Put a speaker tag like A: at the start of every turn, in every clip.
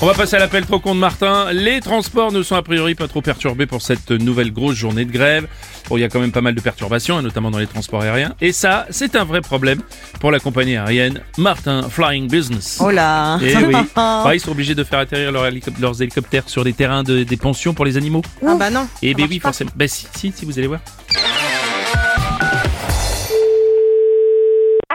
A: On va passer à l'appel trop con de Martin. Les transports ne sont a priori pas trop perturbés pour cette nouvelle grosse journée de grève. Bon, il y a quand même pas mal de perturbations, et notamment dans les transports aériens. Et ça, c'est un vrai problème pour la compagnie aérienne Martin Flying Business.
B: Oh là
A: Et oui, Bah, ils sont obligés de faire atterrir leurs hélicop- leurs hélicoptères sur des terrains de, des pensions pour les animaux.
B: Ah bah non
A: Et
B: ça
A: ben
B: marche
A: oui,
B: pas.
A: forcément. Ben si, si, si, vous allez voir.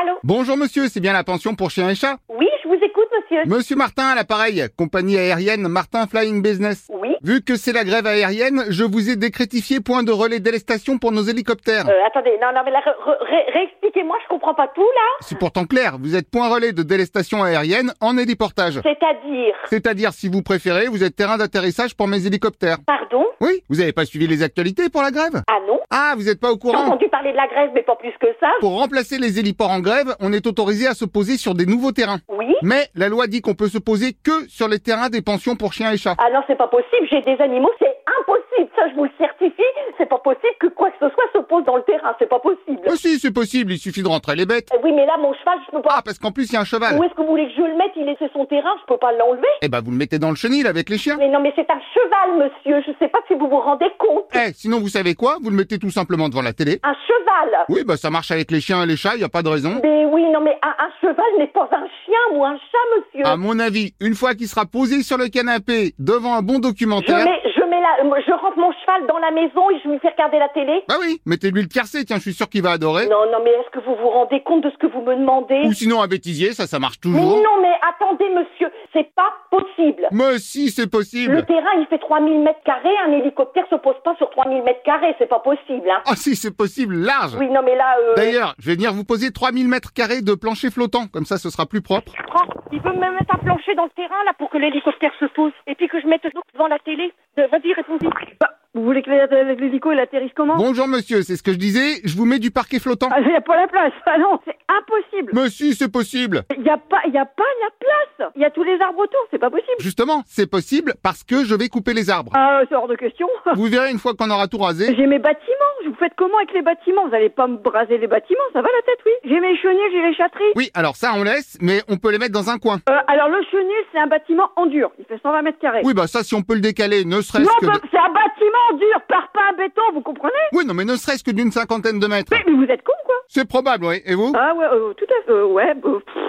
C: Allô
D: Bonjour monsieur, c'est bien la pension pour chiens et chats
C: Oui, je vous écoute, monsieur.
D: Monsieur Martin à l'appareil, compagnie aérienne Martin Flying Business.
C: Oui.
D: Vu que c'est la grève aérienne, je vous ai décrétifié point de relais délestation pour nos hélicoptères.
C: Euh, attendez, non, non, mais là, re- re- ré- réexpliquez-moi, je comprends pas tout, là.
D: C'est pourtant clair, vous êtes point relais de délestation aérienne en héliportage.
C: C'est-à-dire...
D: C'est-à-dire, si vous préférez, vous êtes terrain d'atterrissage pour mes hélicoptères.
C: Pardon
D: Oui, vous avez pas suivi les actualités pour la grève
C: Ah non
D: Ah, vous n'êtes pas au
C: J'ai
D: courant
C: entendu parler de la grève, mais pas plus que ça.
D: Pour remplacer les héliports en grève, on est autorisé à se poser sur des nouveaux terrains.
C: Oui
D: Mais la loi dit qu'on peut se poser que sur les terrains des pensions pour chiens et chats.
C: Ah non, c'est pas possible, j'ai des animaux, c'est impossible, ça, je vous le certifie. C'est pas possible que quoi que ce soit se pose dans le terrain, c'est pas possible.
D: Ah si, c'est possible, il suffit de rentrer les bêtes.
C: Euh, Oui, mais là, mon cheval, je peux
D: Ah,
C: pas...
D: parce qu'en plus, il y a un cheval.
C: Où est-ce que vous voulez que je le mette Il est sur son terrain, je peux pas l'enlever.
D: Eh ben, vous le mettez dans le chenil avec les chiens.
C: Mais non, mais c'est un cheval, monsieur, je sais pas si vous vous rendez compte.
D: Eh, sinon, vous savez quoi Vous le mettez tout simplement devant la télé.
C: Un cheval
D: Oui, bah ça marche avec les chiens et les chats, il a pas de raison.
C: Mais oui, non, mais un, un cheval n'est pas un chien ou un chat, monsieur.
D: À mon avis, une fois qu'il sera posé sur le canapé devant un bon
C: Je
D: documentaire...
C: mets, je mets la, euh, je rentre mon cheval dans la maison et je lui fais regarder la télé.
D: Bah oui, mettez-lui le tiercé, tiens, je suis sûr qu'il va adorer.
C: Non, non, mais est-ce que vous vous rendez compte de ce que vous me demandez
D: Ou sinon un bêtisier, ça, ça marche
C: Mais
D: toujours.
C: non, mais attendez, monsieur, c'est pas possible.
D: Mais si, c'est
C: Le
D: possible
C: terrain, il fait 3000 mètres carrés, un hélicoptère se pose pas sur 3000 mètres carrés, c'est pas possible, hein.
D: Ah si, c'est possible, large
C: Oui, non, mais là, euh...
D: D'ailleurs, je vais venir vous poser 3000 mètres carrés de plancher flottant, comme ça ce sera plus propre.
C: Franck, il veut me mettre un plancher dans le terrain, là, pour que l'hélicoptère se pose. Et puis que je mette donc devant la télé. De- Vas-y, réponds-y.
E: Bah, vous voulez que l'hé- l'hélico il atterrisse
C: Ah.
E: comment
D: Bonjour monsieur, c'est ce que je disais, je vous mets du parquet flottant.
E: Il n'y a pas la place. Ah non, c'est impossible.
D: Mais si, c'est possible
E: Il n'y a pas, il a pas la place. Il y a tous les arbres autour, c'est pas possible.
D: Justement, c'est possible parce que je vais couper les arbres.
E: Ah, c'est hors de question.
D: Vous verrez une fois qu'on aura tout rasé.
E: J'ai mes bâtiments. Vous faites comment avec les bâtiments Vous allez pas me braser les bâtiments, ça va la tête, oui. J'ai mes chenilles, j'ai les châteries.
D: Oui, alors ça on laisse, mais on peut les mettre dans un coin.
E: Euh, alors le chenil, c'est un bâtiment en dur. Il fait 120 mètres carrés.
D: Oui, bah ça si on peut le décaler, ne serait-ce
E: Non,
D: que...
E: bah,
D: de-
E: c'est un bâtiment en dur, par pas un béton, vous comprenez
D: Oui, non mais ne serait-ce que d'une cinquantaine de mètres.
E: mais, mais vous êtes con quoi
D: C'est probable, oui. Et vous
E: Ah ouais, euh, tout à fait. euh, ouais, euh, pff.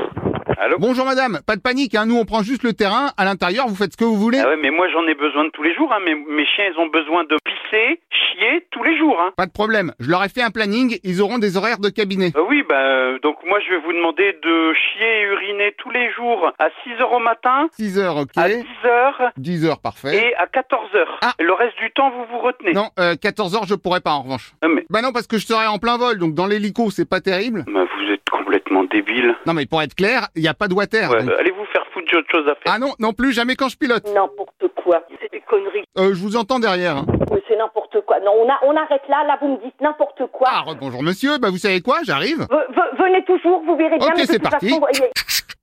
D: Bonjour madame, pas de panique, hein, nous on prend juste le terrain, à l'intérieur vous faites ce que vous voulez.
F: Ah ouais, mais moi j'en ai besoin de tous les jours. Hein. Mes, mes chiens, ils ont besoin de pisser, chier tous les jours. Hein.
D: Pas de problème, je leur ai fait un planning, ils auront des horaires de cabinet.
F: Bah oui, bah euh, donc moi je vais vous demander de chier et uriner tous les jours à 6 heures au matin,
D: 6 heures, ok.
F: à 10 heures
D: 10 heures, parfait.
F: et à 14 heures.
D: Ah.
F: Le reste du temps, vous vous retenez.
D: Non, euh, 14 heures je pourrais pas en revanche.
F: Ah, mais
D: Bah non, parce que je serai en plein vol, donc dans l'hélico c'est pas terrible.
F: bah, vous êtes complètement débile.
D: Non mais pour être clair, il n'y a pas de water.
F: Ouais,
D: donc-
F: euh, allez vous faire foutre, j'ai autre chose à faire.
D: Ah non, non plus, jamais quand je pilote.
C: N'importe quoi. C'est des conneries.
D: Euh, je vous entends derrière. hein.
C: Mais c'est n'importe quoi. Non, on, a, on arrête là. Là, vous me dites n'importe quoi.
D: Ah, bonjour monsieur, bah vous savez quoi, j'arrive.
C: Ve- ve- venez toujours, vous verrez bien.
D: Ok,
C: mais de
D: c'est
C: toute
D: parti.
C: façon, voyez-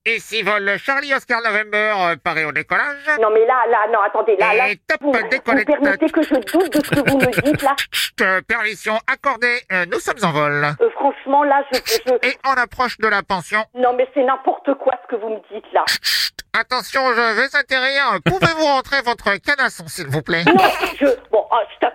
G: Ici vol Charlie Oscar November, euh, paré au décollage.
C: Non, mais là, là, non, attendez, là, là.
G: Et top,
C: Vous, vous
G: déconnecte.
C: permettez que je doute de ce que vous me dites, là.
G: Chut, euh, permission accordée, euh, nous sommes en vol.
C: Euh, franchement, là, je, je-
G: Et on approche de la pension.
C: Non, mais c'est n'importe quoi ce que vous me dites, là.
G: Attention, je vais atterrir. Pouvez-vous rentrer votre canasson, s'il vous plaît
C: Non, je. Bon, ah, stop,